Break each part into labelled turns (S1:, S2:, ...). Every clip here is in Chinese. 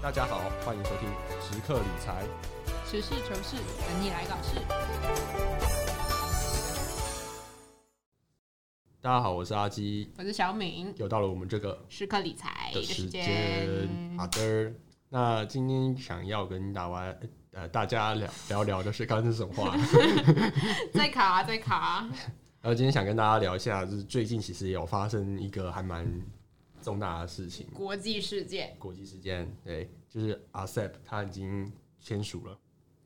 S1: 大家好，欢迎收听时刻理财。
S2: 实事求是，等你来搞事。
S1: 大家好，我是阿基，
S2: 我是小敏，
S1: 又到了我们这个
S2: 时刻理财
S1: 的
S2: 哎的
S1: 时
S2: 时
S1: 间
S2: 间。。
S1: 好的，那今天想要跟大家呃大家聊聊聊的是刚刚是什么 话？
S2: 再卡再卡，
S1: 然后今天想跟大家聊一下，就是最近其实有发生一个还蛮重大的事情，
S2: 国际事件。
S1: 国际事件，对，就是 RCEP 它已经签署了，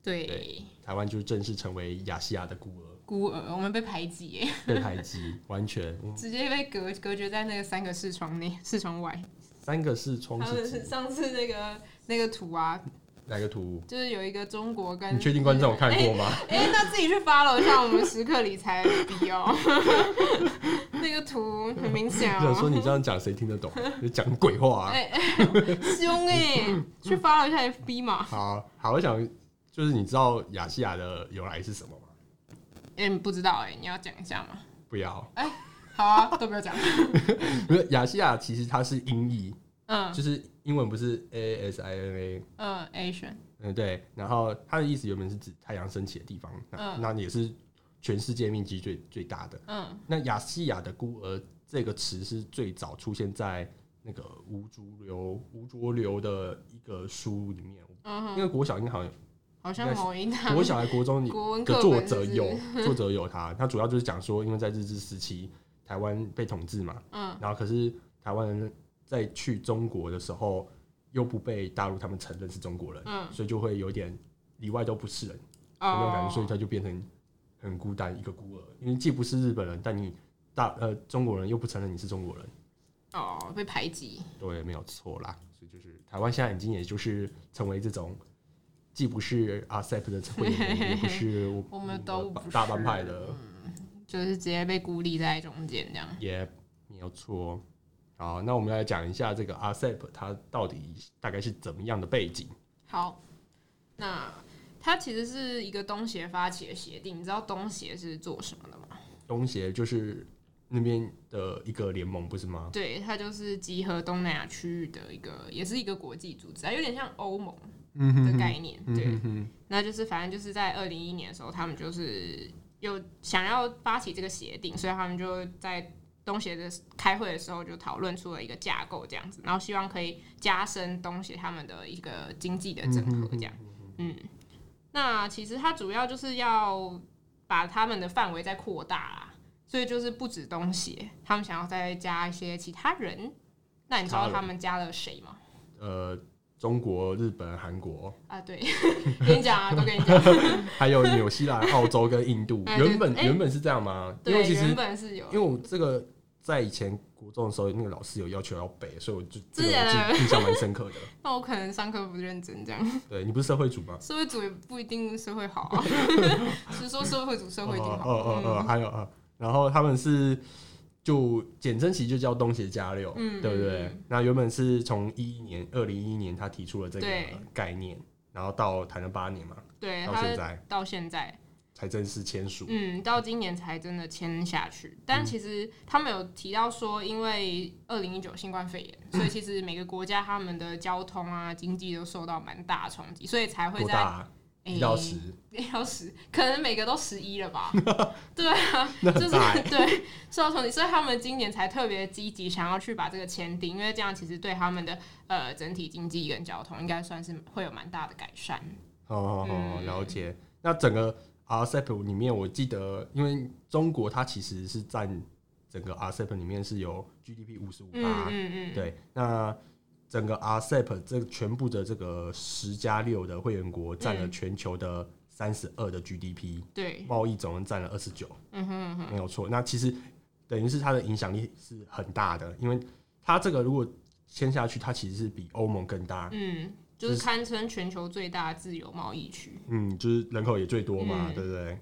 S2: 对，
S1: 对台湾就正式成为亚细亚的孤 儿，
S2: 孤儿，我们被排挤耶，
S1: 被排挤，完全嗯
S2: 直接被隔隔绝在那个三个视窗内、视窗外。
S1: 三个视窗
S2: 他们
S1: 是
S2: 是
S1: 指
S2: 上次那个那个图啊，
S1: 哪个图？
S2: 就是有一个中国跟
S1: 你确定观众有看过吗？
S2: 哎、 那自己去 follow 一下我们时刻理财的 FB 哦。 那个图很明显
S1: 我
S2: 哦
S1: 想，说 你这样讲谁听得懂？ 你讲鬼话啊！
S2: 哎、凶哎、去 follow 一下 FB 嘛。
S1: 好好，我想就是你知道亚细亚的由来是什么吗？
S2: 哎、你不知道哎、你要讲一下吗？
S1: 不 要，
S2: 好啊，都不要讲。
S1: 因为亚细亚其实它是音译，
S2: 嗯
S1: 就是英文不是 A S I N A，
S2: 嗯，Asian，
S1: 嗯对，然后它的意思原本是指太阳升起的地方，那
S2: 嗯
S1: 那也是全世界面积最最大的。
S2: 嗯
S1: 那亚细亚的孤儿这个词是最早出现在那个吴竹流吴浊流的一个书里面，
S2: 嗯
S1: 因
S2: 哼，
S1: 为国小应该好像
S2: 好像某一堂
S1: 国小还国中你
S2: 国文
S1: 的
S2: 课
S1: 作
S2: 本
S1: 者
S2: 是
S1: 有 作者有他，他主要就是讲说，因为在日治时期台湾被统治嘛，
S2: 嗯
S1: 然后可是台湾人在去中国的时候又不被大陆他们承认是中国人，
S2: 嗯
S1: 所以就会有点里外都不是人的那种感觉，所以
S2: 哦，
S1: 他就变成很孤单一个孤儿，因为既不是日本人，但你大呃中国人又不承认你是中国人，
S2: 哦，被排挤，
S1: 对，没有错啦。所以就是台湾现在已经也就是成为这种，既不是 RCEP 的 会员，也不是我
S2: 我们都不是
S1: 大帮派的，
S2: 就是直接被孤立在中间这样。
S1: 也没有错。好，那我们来讲一下这个 RCEP 它到底大概是怎么样的背景？
S2: 好，那它其实是一个东协发起的协定，你知道东协是做什么的吗？
S1: 东协就是那边的一个联盟，不是吗？
S2: 对，它就是集合东南亚区域的一个，也是一个国际组织啊，有点像欧盟
S1: 嗯哼
S2: 的
S1: 哼，
S2: 概念。对，
S1: 嗯哼哼
S2: 那就是反正就是在二零一一年的时候，他们就是有想要发起这个协定，所以他们就在东协的开会的时候就讨论出了一个架构这样子，然后希望可以加深东协他们的一个经济的整合这样。嗯，那其实它主要就是要把他们的范围再扩大啦，所以就是不止东协，他们想要再加一些其他人。那你知
S1: 他
S2: 道
S1: 人
S2: 他们加了谁吗？
S1: 呃，中国、日本、韩国，
S2: 啊，对， 跟你讲啊，都跟你 讲。
S1: 还有纽西兰、澳洲跟印 度，
S2: 哎对
S1: 原本
S2: 哎
S1: 原本是这样吗？因为
S2: 对，
S1: 其实
S2: 原本是有
S1: 因为我这个在以前国中的时候，那个老师有要求要背，所以我就这
S2: 真
S1: 个
S2: 的
S1: 我
S2: 假的
S1: 记印象蛮深刻的。
S2: 那我可能上课不认真，这样
S1: 对你不是社会主吗？
S2: 社会组也不一定社会好 啊。是说社会组社会一定
S1: 哦
S2: 好，嗯
S1: 哦哦，还有啊，呃然后他们是就简称其实就叫东协加六，
S2: 嗯
S1: 对不对
S2: 嗯？
S1: 那原本是从一一年，二零一一年他提出了这个
S2: 对
S1: 概念，然后到谈了八年嘛，
S2: 对
S1: 哦到现
S2: 他
S1: 在
S2: 到现在，
S1: 才正式签署。
S2: 嗯，到今年才真的签下去。
S1: 嗯
S2: 但其实他们有提到说，因为二零一九新冠肺炎，
S1: 嗯
S2: 所以其实每个国家他们的交通啊、经济都受到蛮大的冲击，所以才会哎
S1: 多
S2: 在
S1: 大啊？
S2: 诶
S1: 一到 十，
S2: 要十，可能每个都十一 了吧？对啊，
S1: 那
S2: 就
S1: 很
S2: 是
S1: 大欸
S2: 对受到冲击，所以他们今年才特别积极想要去把这个签订，因为这样其实对他们的呃整体经济跟交通应该算是会有蛮大的改善。
S1: 哦哦哦，
S2: 嗯
S1: 了解。那整个 RCEP 里面，我记得，因为中国它其实是占整个 RCEP 里面是有 GDP 五十五
S2: 嗯
S1: 趴，
S2: 嗯嗯，
S1: 对。那整个 RCEP 这全部的这个十加六的会员国占了
S2: 嗯
S1: 全球的三十二的 GDP，
S2: 对，
S1: 贸易总额占了二十九，
S2: 嗯哼嗯哼，
S1: 没有错。那其实等于是它的影响力是很大的，因为它这个如果签下去，它其实是比欧盟更大，
S2: 嗯，就
S1: 就是
S2: 堪称全球最大的自由贸易区。
S1: 嗯，就是人口也最多嘛，
S2: 嗯
S1: 对不对？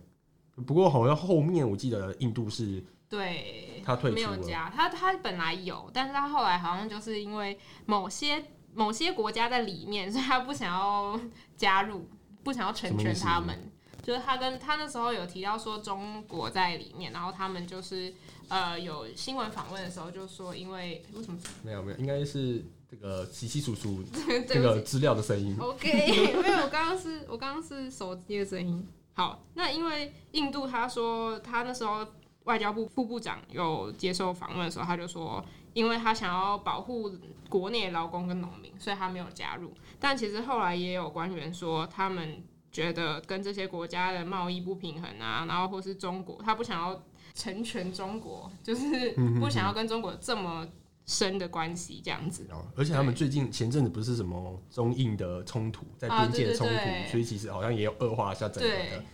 S1: 不过好像后面我记得印度是
S2: 对，
S1: 它退
S2: 没
S1: 出
S2: 有
S1: 了，
S2: 加，他他本来有，但是他后来好像就是因为某些某些国家在里面，所以他不想要加入，不想要成全他
S1: 什么意
S2: 们。就是他跟他那时候有提到说中国在里面，然后他们就是呃有新闻访问的时候就说，因为为什么
S1: 没有没有，应该是这个稀稀疏疏
S2: 对不起
S1: 这个资料的声音。
S2: OK，没有， 我刚刚是我刚刚是手机的声音。好，那因为印度他说他那时候外交部副部长有接受访问的时候，他就说，因为他想要保护国内劳工跟农民，所以他没有加入。但其实后来也有官员说，他们觉得跟这些国家的贸易不平衡啊，然后或是中国，他不想要成全中国，就是不想要跟中国这么深的关系这样子。
S1: 然后而且他们最近前阵子不是什么中印的冲突，在边界的冲突，
S2: 啊对对对
S1: 所以其实好像也有恶化一下整个
S2: 对
S1: 的。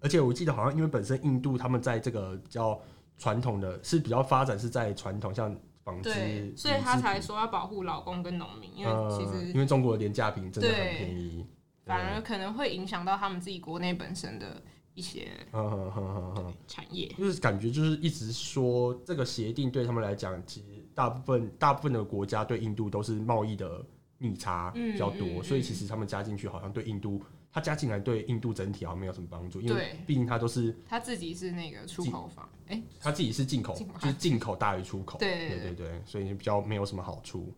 S1: 而且我记得好像因为本身印度他们在这个比较传统的是比较发展是在传统像纺织
S2: 对，，所以
S1: 纺织
S2: 他才
S1: 品
S2: 说要保护老公跟农民，因为其
S1: 呃，
S2: 实
S1: 因为中国的廉价品真的很
S2: 对
S1: 便宜，
S2: 反而可能会影响到他们自己国内本身的一些
S1: 嗯哼哼哼哼。
S2: 产业。
S1: 就是感觉就是一直说这个协定对他们来讲，其实大部分大部分的国家对印度都是贸易的逆差比较多，
S2: 嗯嗯嗯
S1: 所以其实他们加进去好像对印度，它加进来对印度整体好像没有什么帮助，因为
S2: 对
S1: 毕竟它都是
S2: 他自己是那个出口方，哎、
S1: 它自己是进口，
S2: 进口
S1: 就是进口大于出口，
S2: 对对
S1: 对
S2: 对
S1: 对对，所以比较没有什么好处。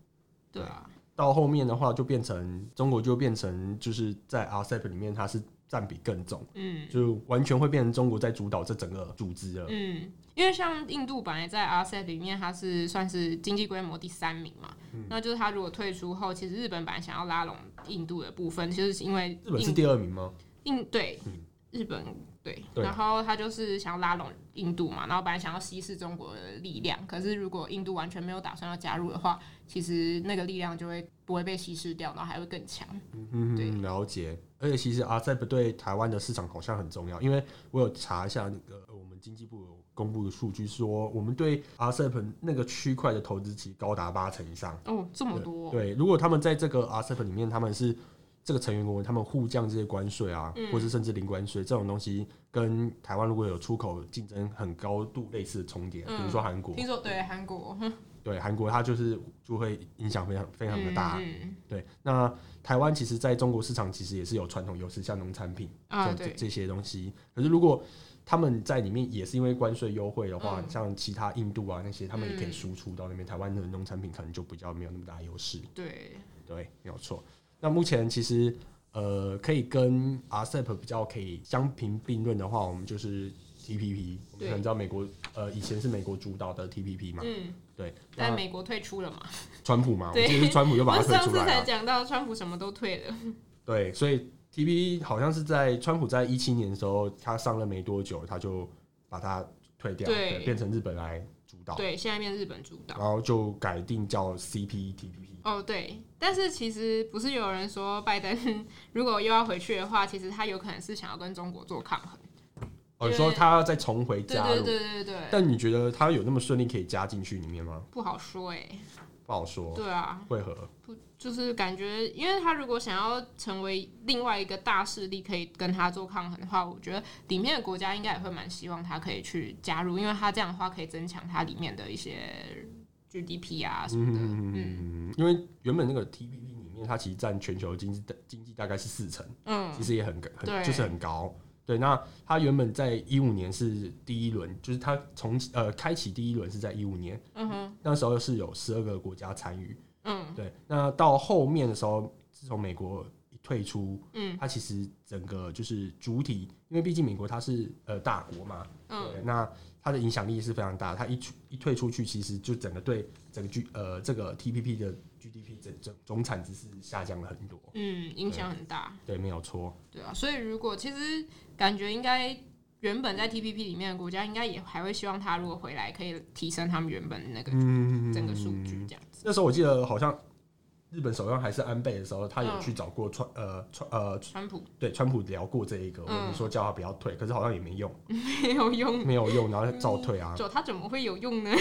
S2: 对啊，
S1: 到后面的话，就变成中国就变成就是在 RCEP 里面它是占比更重，
S2: 嗯
S1: 就完全会变成中国在主导这整个组织了。
S2: 嗯，因为像印度本来在 RCEP 里面，它是算是经济规模第三名嘛，
S1: 嗯
S2: 那就是它如果退出后，其实日本本来想要拉拢印度的部分，就是因为
S1: 日本是
S2: 印
S1: 第二名吗？
S2: 印对、
S1: 嗯
S2: 日本对，
S1: 对
S2: 然后他就是想要拉拢印度嘛，然后本来想要稀释中国的力量，可是如果印度完全没有打算要加入的话，其实那个力量就会不会被稀释掉，然后还会更强。
S1: 嗯
S2: 对
S1: 嗯，了解。而且其实 RCEP 对台湾的市场好像很重要，因为我有查一下那个呃我们经济部有公布的数据说我们对 RCEP 那个区块的投资期高达八成以上。
S2: 哦，这么多，
S1: 对，如果他们在这个 RCEP 里面，他们是这个成员国，他们互降这些关税啊，
S2: 嗯
S1: 或是甚至零关税这种东西，跟台湾如果有出口竞争很高度类似的重叠，比如说韩国，
S2: 嗯听说对韩国哼
S1: 对韩国它就是就会影响非常非常的大。
S2: 嗯
S1: 对，那台湾其实在中国市场其实也是有传统优势，像农产品。
S2: 嗯啊，
S1: 这
S2: 对
S1: 这，这些东西。可是如果他们在里面也是因为关税优惠的话，
S2: 嗯
S1: 像其他印度啊那些，他们也可以
S2: 嗯
S1: 输出到那边。台湾的农产品可能就比较没有那么大的优势。
S2: 对，
S1: 对，没有错。那目前其实呃，可以跟 RCEP 比较可以相平并论的话，我们就是 TPP。我们
S2: 对
S1: 可能知道美国呃以前是美国主导的 TPP 嘛，
S2: 嗯，
S1: 对。
S2: 但
S1: 那
S2: 美国退出了嘛，
S1: 川普嘛，我
S2: 对
S1: 记得是川普又
S2: 我
S1: 把它
S2: 们
S1: 推
S2: 上
S1: 出
S2: 次
S1: 来啊
S2: 才
S1: 了。
S2: 讲到川普什么都退了，
S1: 对，所以 TPP 好像是在川普在一七年的时候，他上任没多久，他就把它退掉，
S2: 对
S1: 变成日本来主导，
S2: 对，现在变日本主导
S1: 然。后就改定叫 CPTPP。
S2: 哦，对，但是其实不是有人说拜登 如果又要回去的话，其实他有可能是想要跟中国做抗衡。
S1: 哦，
S2: 对
S1: 你说他要再重回
S2: 对
S1: 加入，
S2: 对对对对，
S1: 但你觉得他有那么顺利可以加进去里面吗？
S2: 不好说哎、
S1: 不好说，
S2: 对啊，
S1: 为何？
S2: 不就是感觉，因为他如果想要成为另外一个大势力，可以跟他做抗衡的话，我觉得里面的国家应该也会蛮希望他可以去加入，因为他这样的话可以增强他里面的一些 GDP 啊什么的。
S1: 嗯，因为原本那个 TPP 里面，它其实占全球经济的经济大概是四成。
S2: 嗯
S1: 其实也很很
S2: 对
S1: 就是很高。对，那他原本在一五年是第一轮，就是他从呃开启第一轮是在一五年，
S2: 嗯哼，
S1: 那时候是有十二个国家参与。
S2: 嗯
S1: 对，那到后面的时候，自从美国一退出，
S2: 嗯
S1: 它其实整个就是主体，因为毕竟美国它是呃大国嘛，
S2: 嗯，
S1: 对，那它的影响力是非常大。它一出一退出去，其实就整个对整个 G 呃这个 TPP 的 GDP 整整总产值是下降了很多。
S2: 嗯，影响很大。
S1: 对，没有错。
S2: 对啊，所以如果其实感觉应该原本在 TPP 里面的国家，应该也还会希望他如果回来可以提升他们原本那个
S1: 嗯
S2: 整个数据这样子。
S1: 那时候我记得好像日本首相还是安倍的时候，他有去找过川、呃川呃
S2: 川普
S1: 对川普聊过这一个，我
S2: 嗯
S1: 们说叫他不要退，可是好像也没用，
S2: 没有用，
S1: 没有用，然后他照退啊。
S2: 就他怎么会有用呢？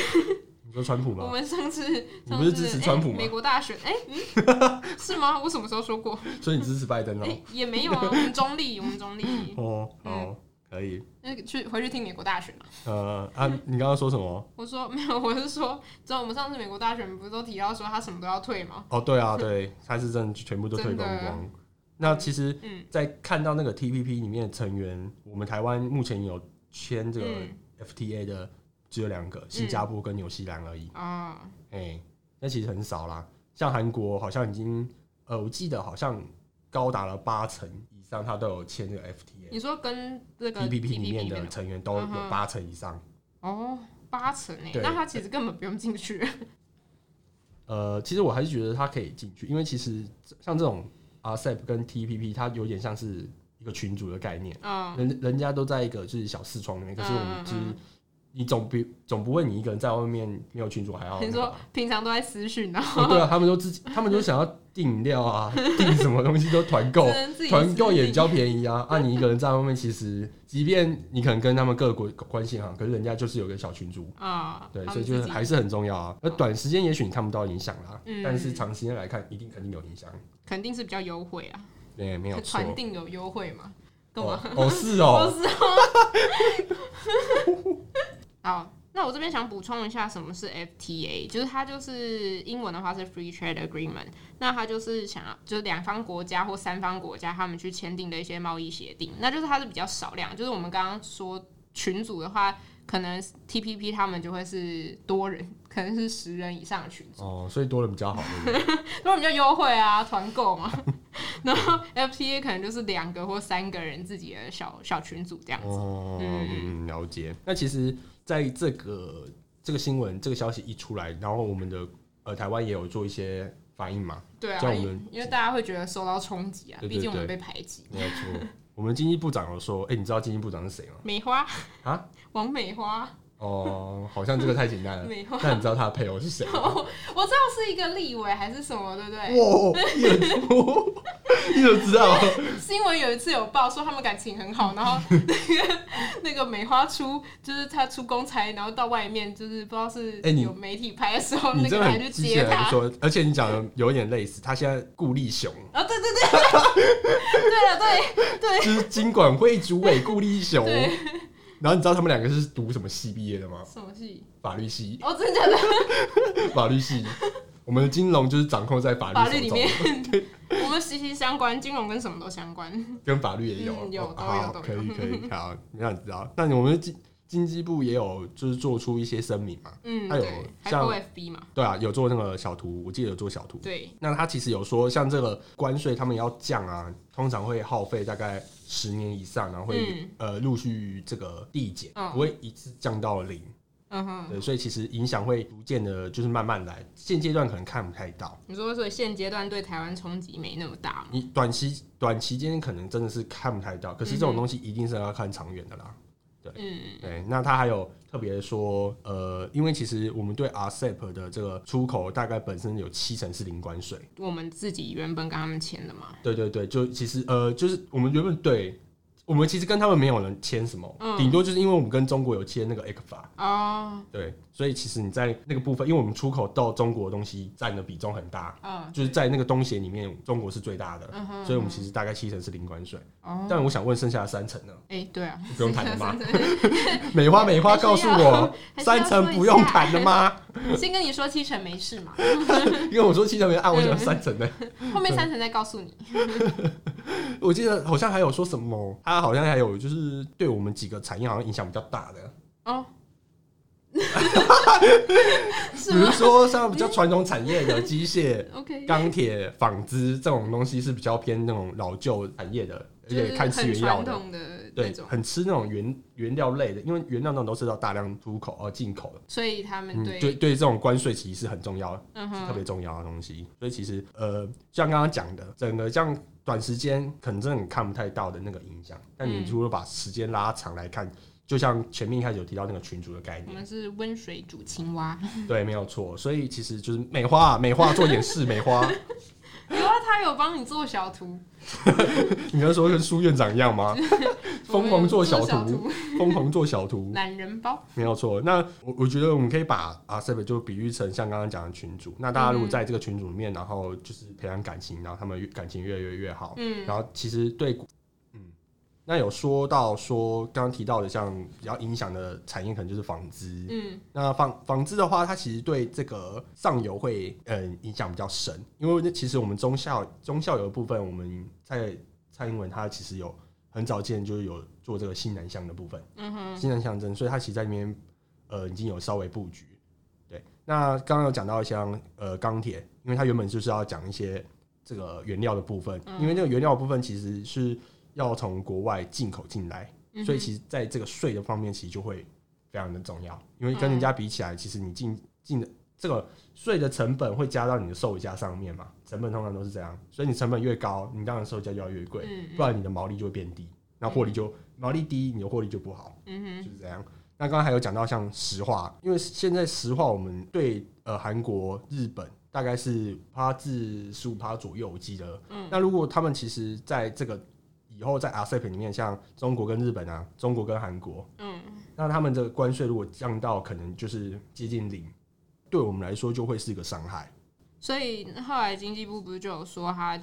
S1: 你说川普
S2: 嗯我
S1: 吗？
S2: 们上次
S1: 你
S2: 上
S1: 不
S2: 次
S1: 是支持川普
S2: 哎
S1: 吗
S2: 美国大选，哎、嗯，是吗？我什么时候说过？
S1: 所以你支持拜登
S2: 哎、
S1: 哦？
S2: 也没有啊，我们中立，我们 中立。
S1: 哦，
S2: 嗯
S1: 好，可以。
S2: 那个去回去听美国大选嘛。
S1: 呃啊，你刚刚说什么？
S2: 我说没有，我是说，知道我们上次美国大选不是都提到说他什么都要退吗？
S1: 哦，对啊，对，他是真的全部都退光
S2: 嗯真
S1: 光。那其实
S2: 嗯，
S1: 在看到那个 TPP 里面的成员，我们台湾目前有签这个
S2: 嗯
S1: FTA 的只有两个，新加坡跟纽西兰而已。
S2: 啊、
S1: 哎、那其实很少啦。像韩国好像已经，呃，我记得好像高达了八成以上，它都有签这个 FTA。
S2: 你说跟这个
S1: TPP 里面
S2: 面
S1: 的成员都有
S2: 嗯哼
S1: 八成以上，
S2: 哦八成诶，
S1: 对
S2: 那他其实根本不用进去。
S1: 呃，其实我还是觉得它可以进去，因为其实像这种 RCEP 跟 TPP，它有点像是一个群组的概念，
S2: 嗯
S1: 人人家都在一个就是小视窗里面，可是我们就是
S2: 嗯嗯嗯
S1: 你总不总不会你一个人在外面没有群主还要
S2: 你
S1: 那个
S2: 说
S1: 吧
S2: 平常都在私讯，然
S1: 哦
S2: 后
S1: 对啊，他们都自己，他们都想要订饮料啊，订什么东西都团购啊
S2: 只，能 自己
S1: 团购也比
S2: 私
S1: 较便宜 啊。按、你一个人在外面，其实即便你可能跟他们各国关系很好，可是人家就是有个小群组，
S2: 讯啊，
S1: 对，
S2: 他
S1: 所
S2: 们
S1: 以就是
S2: 自己哦
S1: 还是很重要啊。那短时间也许你看不到影响啦，
S2: 嗯
S1: 但是长时间来看，一定肯定有影响。
S2: 肯定是比较优惠啊，
S1: 对，没有错。
S2: 传定有优惠嘛，干嘛？
S1: 哦哦，是
S2: 不
S1: 哦，
S2: 是哦。 好，那我这边想补充一下，什么是 FTA？就是它就是英文的话是 Free Trade Agreement，那它就是想要就是两方国家或三方国家他们去签订的一些贸易协定，那就是它是比较少量，就是我们刚刚说群组的话，可能 TPP 他们就会是多人，可能是十人以上的群组。
S1: 哦，所以多人比较好。 对不对
S2: 那我们就优惠啊，团购嘛。 然后 FTA 可能就是两个或三个人自己的小小群组这样子。
S1: 哦，
S2: 嗯
S1: 嗯，了解。那其实，在这个这个新闻这个消息一出来，然后我们的呃台湾也有做一些反应嘛，
S2: 对
S1: 这
S2: 啊，
S1: 样我
S2: 因
S1: 们
S2: 因为大家会觉得受到冲击啊，
S1: 对对
S2: 毕竟我们
S1: 对
S2: 被排挤。
S1: 没有 错。我们经济部长有说，哎、你知道经济部长是谁吗？
S2: 美花
S1: 啊，
S2: 王美花，
S1: 哦，好像这个太简单了。
S2: 美花，
S1: 那你知道他的配偶是 谁吗？哇、
S2: 我知道是一个立委还是什么，对不对？
S1: 哦，你怎么你怎么知 道？
S2: 新闻有一次有报说他们感情很好，然后那个 那个美花出就是她出公差，然后到外面就是不知道是
S1: 哎你
S2: 有媒体拍的时候，
S1: 你
S2: 那
S1: 真
S2: 个
S1: 的
S2: 还去
S1: 很机器
S2: 接
S1: 人
S2: 她。
S1: 说，而且你讲的有点类似。他现在顾立雄，
S2: 啊，对对对， 对了对。
S1: 就是经管会主委顾立雄。
S2: 对
S1: 然后你知道他们两个是读什么系毕业的吗？
S2: 什么戏？
S1: 法律系，
S2: 哦，真的假的？
S1: 法律系。我们的金融就是掌控在法律
S2: 法
S1: 手
S2: 律里
S1: 中
S2: 面，我们息息相关，金融跟什么都相关。
S1: 跟法律也有，
S2: 嗯有
S1: 哦
S2: 都有
S1: 好
S2: 都有
S1: 可以可以， 好，那你知道，那我们经经济部也有就是做出一些声明嘛，
S2: 嗯，
S1: 还有
S2: 对，还有
S1: 哎像
S2: OFB 嘛，
S1: 对啊，有做那个小图，我记得有做小图。
S2: 对，
S1: 那他其实有说，像这个关税他们要降啊，通常会耗费大概十年以上，然后会、
S2: 嗯
S1: 呃陆续这个递减，
S2: 嗯
S1: 不会一次降到零。
S2: 嗯哼。
S1: 对，所以其实影响会逐渐的，就是慢慢来。现阶段可能看不太到，
S2: 你说，所以现阶段对台湾冲击没那么大嘛？
S1: 你短期短期间可能真的是看不太到，可是这
S2: 嗯
S1: 种
S2: 哼
S1: 东西一定是要看长远的啦。
S2: 嗯，
S1: 对，那他还有特别说，呃，因为其实我们对 RCEP 的这个出口大概本身有七成是零关税。
S2: 我们自己原本跟他们签的嘛，
S1: 对对对，就其实呃，就是我们原本对，我们其实跟他们没有人签什么，
S2: 嗯
S1: 顶、多就是因为我们跟中国有签那个 ECFA，
S2: 哦，
S1: 对，所以其实你在那个部分，因为我们出口到中国的东西占的比重很大，
S2: 嗯，
S1: 就是在那个东协里面，中国是最大的，
S2: 嗯哼，
S1: 所以我们其实大概七成是零关税。
S2: 哦，
S1: 但我想问，剩下的三成呢？
S2: 哎，对啊，？
S1: 不用谈了吗
S2: 还是
S1: 美花，美花
S2: 嗯还是
S1: 告诉
S2: 要
S1: 我，
S2: 要
S1: 三成
S2: 说一
S1: 不用
S2: 下
S1: 谈了吗？
S2: 先跟你说七成没事嘛，
S1: 因为我说七成没啊按，我讲三成的。
S2: 后面三成再告诉你。嗯
S1: 我记得好像还有说什么，他好像还有就是对我们几个产业好像影响比较大的，
S2: 哦，
S1: 比
S2: 是
S1: 如
S2: 吗
S1: 说像比较传统产业的机械、
S2: ？OK，
S1: 钢铁、纺织这种东西是比较偏那种老旧产业的，而
S2: 就是
S1: 且看吃
S2: 很
S1: 原料
S2: 传
S1: 的。
S2: 统的那
S1: 对，
S2: 种，
S1: 很吃那种原原料类的，因为原料那种都是要大量出口呃进口的，
S2: 所以他们
S1: 嗯，
S2: 对，
S1: 对对，这种关税其实是很重要的，
S2: 嗯
S1: 是特
S2: 哼，
S1: 别重要的东西。所以其实呃，像刚刚讲的，整个这样短时间可能真的你看不太到的那个影响，但你
S2: 嗯
S1: 如果把时间拉长来看，就像前面一开始有提到那个群主的概
S2: 我
S1: 念，
S2: 们是温水煮青蛙。
S1: 对，没有错。所以其实就是美化美化做演示，美花，
S2: 有啊，他有帮你做小图，
S1: 你刚才说跟苏院长一样 吗？疯狂做小
S2: 我们有
S1: 图，
S2: 做小
S1: 疯狂做小图，
S2: 懒人包。
S1: 没有错。那我我觉得我们可以把 r c e p 就比喻成像刚刚讲的群主，那大家如果
S2: 嗯
S1: 在这个群组里面，然后就是培养感情，然后他们越感情越越越好，
S2: 嗯
S1: 然后其实对，嗯，那有说到说刚刚提到的，像比较影响的产业可能就是纺织。
S2: 嗯
S1: 那纺纺织的话，它其实对这个上游会嗯影响比较深，因为那其实我们中下中下游的部分，我们在蔡英文他其实有很早之前就是有做这个新南向的部分，
S2: 嗯哼，
S1: 新南向征，所以他其实在里面呃已经有稍微布局。对，那刚刚有讲到像呃钢铁，因为它原本就是要讲一些这个原料的部分，
S2: 嗯
S1: 因为这个原料的部分其实是要从国外进口进来，
S2: 嗯
S1: 所以其实在这个税的方面其实就会非常的重要，因为跟人家比起来，其实你进进的这个税的成本会加到你的售价上面嘛，成本通常都是这样，所以你成本越高，你当然售价就要越贵，
S2: 嗯
S1: 不然你的毛利就会变低，那获利就毛利低，你的获利就不好。
S2: 嗯
S1: 就是这样。那刚刚还有讲到像石化，因为现在石化我们对呃韩国、日本大概是趴至十五趴左右，我记得。
S2: 嗯
S1: 那如果他们其实在这个以后在 RCEP 里面，像中国跟日本啊，中国跟韩国，
S2: 哼，嗯
S1: 那他们这个关税如果降到可能就是接近零，对我们来说就会是一个伤害。
S2: 所以后来经济部不是就有说他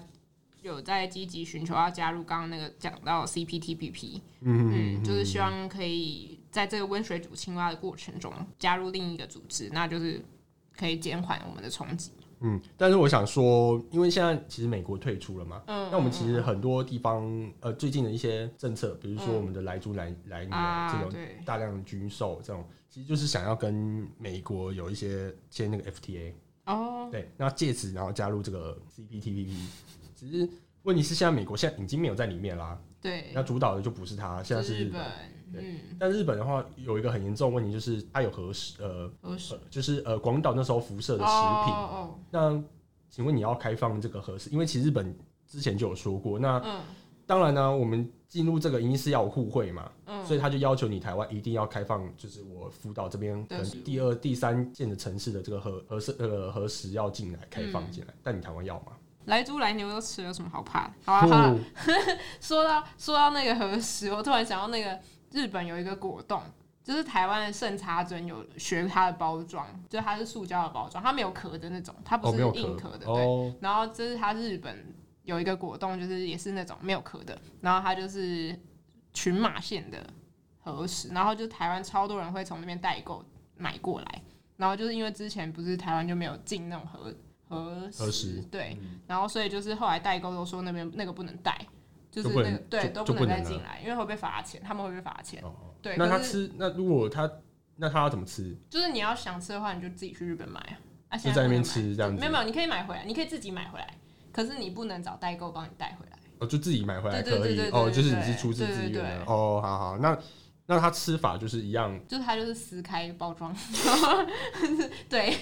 S2: 有在积极寻求要加入刚刚那个讲到 CPTPP，嗯，就是希望可以在这个温水煮青蛙的过程中加入另一个组织，那就是可以减缓我们的冲击。
S1: 嗯，但是我想说，因为现在其实美国退出了嘛，
S2: 嗯
S1: 那我们其实很多地方呃最近的一些政策，比如说
S2: 嗯
S1: 我们的莱猪莱莱牛哎这
S2: 啊，
S1: 种
S2: 对，
S1: 大量的军售这种，其实就是想要跟美国有一些签那个 FTA，
S2: 哦，
S1: 对，那借此然后加入这个 CPTPP，只是问题是现在美国现在已经没有在里面啦，
S2: 对
S1: 那，主导的就不是它，现在是
S2: 日
S1: 日本。对
S2: 嗯，
S1: 但日本的话有一个很严重的问题，就是它有核食呃
S2: 都是
S1: 呃就是呃广岛那时候辐射的食品，
S2: 哦
S1: 那请问你要开放这个核食？因为其实日本之前就有说过，那
S2: 哦，嗯
S1: 当然呢、我们进入这个一定是要有互惠嘛，
S2: 嗯，
S1: 所以他就要求你台湾一定要开放，就是我福岛这边可
S2: 对
S1: 能第二、第三线的城市的这个核核是呃核食要进来开放进来，但你台湾要吗？
S2: 来猪来牛都吃，有什么好怕的？
S1: 哦
S2: 好啊，好啊。说到说到那个核实，我突然想到那个日本有一个果冻，就是台湾的圣茶尊有学它的包装，就它是塑胶的包装，它没有壳的那种，它不
S1: 哦，
S2: 是
S1: 没有
S2: 硬壳
S1: 壳
S2: 的，对。
S1: 哦，
S2: 然后这是它日本有一个果冻，就是也是那种没有壳的，然后它就是群马县的核实，然后就台湾超多人会从那边代购买过来，然后就是因为之前不是台湾就没有进那种核核
S1: 核实
S2: 对，
S1: 嗯
S2: 然后所以就是后来代购都说那边那个不能带，就是
S1: 就不
S2: 那
S1: 能
S2: 个对
S1: 就
S2: 都
S1: 就不
S2: 能再
S1: 能了
S2: 进来，因为会被罚钱，他们会被罚钱。
S1: 哦
S2: 对
S1: 那
S2: 可
S1: 他
S2: 是
S1: 吃那如果他那他要怎么吃？
S2: 就是你要想吃的话，你就自己去日本买啊，啊，
S1: 就
S2: 现
S1: 在那
S2: 不
S1: 边
S2: 能
S1: 吃
S2: 买
S1: 这样子
S2: 没有没有，你可以买回来，你可以自己买回来，可是你不能找代购帮你带回来。
S1: 哦，就自己买回来
S2: 对对
S1: 可
S2: 对
S1: 以
S2: 对对
S1: 哦，
S2: 对
S1: 就是你
S2: 对
S1: 是出自
S2: 对对
S1: 自愿的
S2: 对
S1: 哦，好好，那那他吃法就是一样
S2: 就是它就是撕开包装， 对，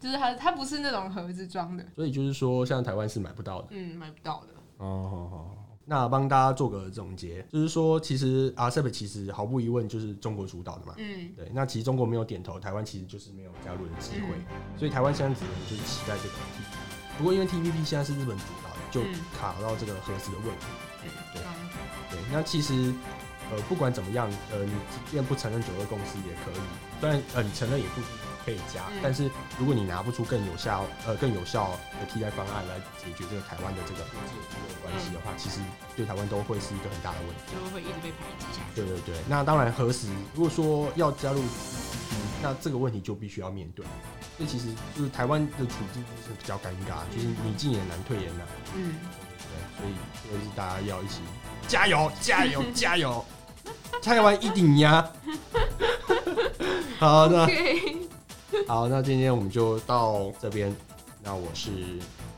S2: 就是它它不是那种盒子装的，
S1: 所以就是说，像台湾是买不到的。
S2: 嗯，买不到的，
S1: 哦，好好好。那帮大家做个总结，就是说，其实 RCEP 其实毫无疑问就是中国主导的嘛。
S2: 嗯
S1: 对，那其实中国没有点头，台湾其实就是没有加入的机会，所以台湾现在只能就是期待这个 T。不过因为 TPP 现在是日本主导的，就
S2: 嗯
S1: 卡到这个核实的问题。
S2: 嗯，
S1: 对
S2: 这样子
S1: 对，那其实呃不管怎么样，呃你即便不承认九二共识也可以，虽然呃你承认也不可以加，
S2: 嗯
S1: 但是如果你拿不出更有效呃更有效的替代方案来解决这个台湾的这个经济的关系的话，其实对台湾都会是一个很大的问题。
S2: 就会一直被排挤下去。
S1: 对对对，那当然核实，如果说要加入 CPTPP，那这个问题就必须要面对。所以其实就是台湾的处境就是比较尴尬，就是你进也难，退也难。
S2: 嗯，
S1: 对，所以这个是大家要一起加油，加油，加油，加油完一顶呀！ 好，那
S2: OK，
S1: 好，那今天我们就到这边。那我是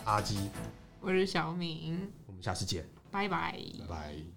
S1: 阿基，
S2: 我是小明，
S1: 我们下次见，
S2: 拜拜。
S1: 拜拜。